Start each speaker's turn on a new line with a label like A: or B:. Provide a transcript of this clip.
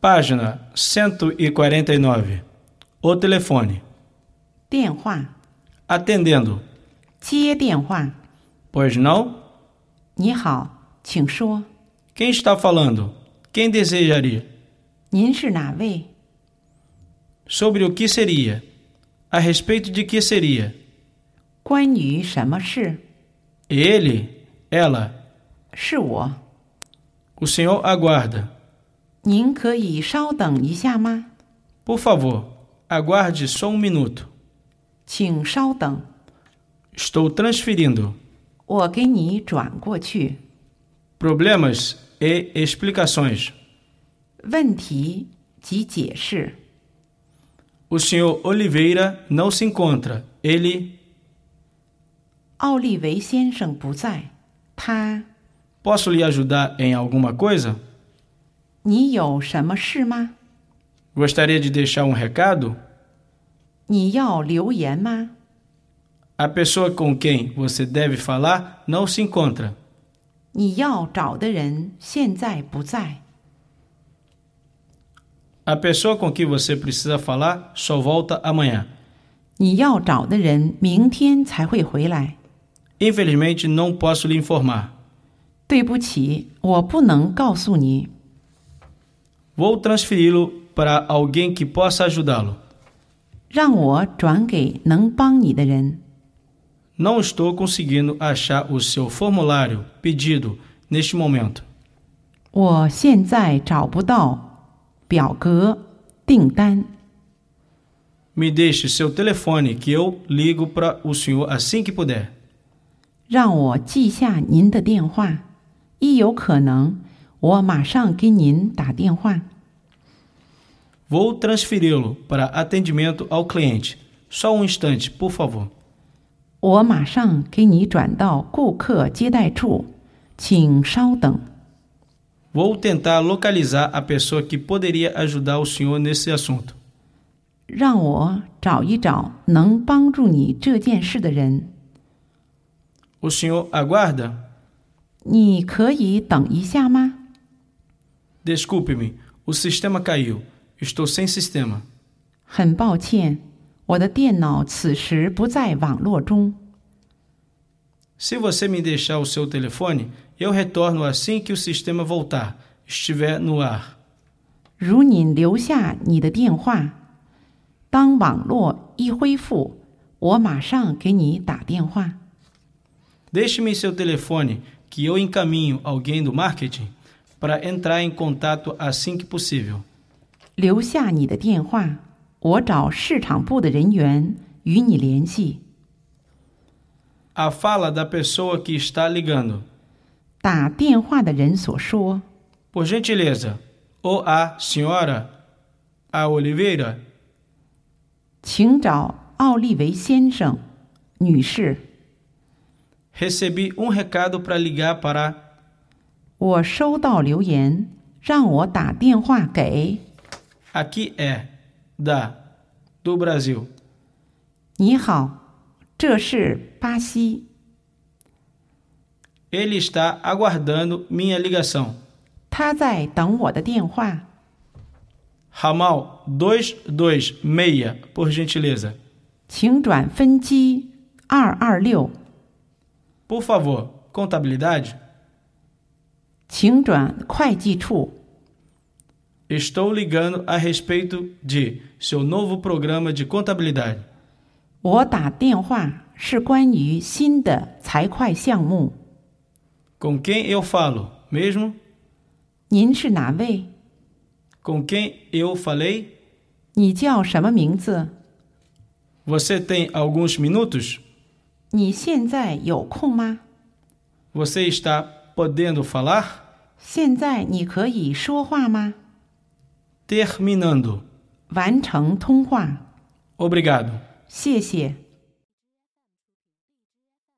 A: página 149. O telefone.
B: 电话，
A: Atendendo.
B: 接电话。
A: Pois não?
B: 你好，请说，
A: Quem está falando? Quem desejaria?
B: 您是哪位？
A: Sobre o que seria? A respeito de que seria?
B: 关于什么事？
A: Ele? Ela?
B: 是我。
A: O senhor aguarda.
B: 您可以稍等一下吗？
A: Por favor, aguarde só um minuto.
B: 请稍等，
A: Estou transferindo.
B: 我给你转过去。
A: Problemas e explicações.
B: 问题及解释。
A: O senhor Oliveira não se encontra. Ele.
B: 奥利维先生不在，他，
A: Posso lhe ajudar em alguma coisa?
B: 你有什么事吗？
A: Gostaria de deixar um recado?
B: 你要留言吗？
A: A pessoa com quem você deve falar não se encontra.
B: 你要找的人现在不在，
A: A pessoa com quem você precisa falar só volta amanhã.
B: 你要找的人明天才会回来。
A: Infelizmente, não posso lhe informar.
B: 对不起，我不能告诉你。
A: Vou transferi-lo para alguém que possa ajudá-lo.
B: 让我转给能帮你的人。
A: Não estou conseguindo achar o seu formulário pedido neste momento.
B: 我现在找不到表格订单，
A: Me deixe seu telefone que eu ligo para o senhor assim que puder.
B: 让我记下您的电话。一有可能，我马上给您打电话。
A: Vou transferi-lo para atendimento ao cliente. Só um instante, por favor.
B: 我马上给你转到顾客接待处，请稍等。
A: Vou tentar localizar a pessoa que poderia ajudar o senhor nesse assunto.
B: 让我找一找能帮助你这件事的人。
A: O senhor aguarda?
B: 你可以等一下吗？
A: Desculpe-me, o sistema caiu. Estou sem sistema.
B: 很抱歉，我的电脑此时不在网络中。
A: Se você me deixar o seu telefone, eu retorno assim que o sistema voltar, estiver no ar.
B: 如您留下你的电话，当网络一恢复，我马上给你打电话。
A: Deixe-me seu telefone, que eu encaminho alguém do marketing para entrar em contato assim que possível.
B: 留下你的电话，我找市场部的人员与你联系。
A: A fala da pessoa que está ligando.
B: 打电话的人所说
A: Por gentileza, ou a senhora A Oliveira,：“
B: 请找奥利维先生、女士。
A: recebi um recado para ligar para.
B: 我收到留言，让我打电话给
A: Aqui é da do Brasil.
B: 你好，这是巴西，
A: Ele está aguardando minha ligação.
B: 他在等我的电话。
A: Ramal 226, por gentileza.
B: 请转分机二二六，
A: Por favor, contabilidade?
B: 请转会计处。
A: Estou ligando a respeito de seu novo programa de contabilidade.
B: 我打电话是关于新的财会项目。
A: Com quem eu falo? Mesmo?
B: 您是哪位？
A: Com quem eu falei?
B: 你叫什么名字？
A: Você tem alguns minutos?
B: 你现在有空吗？
A: Você está podendo falar?
B: 现在你可以说话吗？
A: Terminando.
B: 完成通话，
A: Obrigado.
B: 谢谢。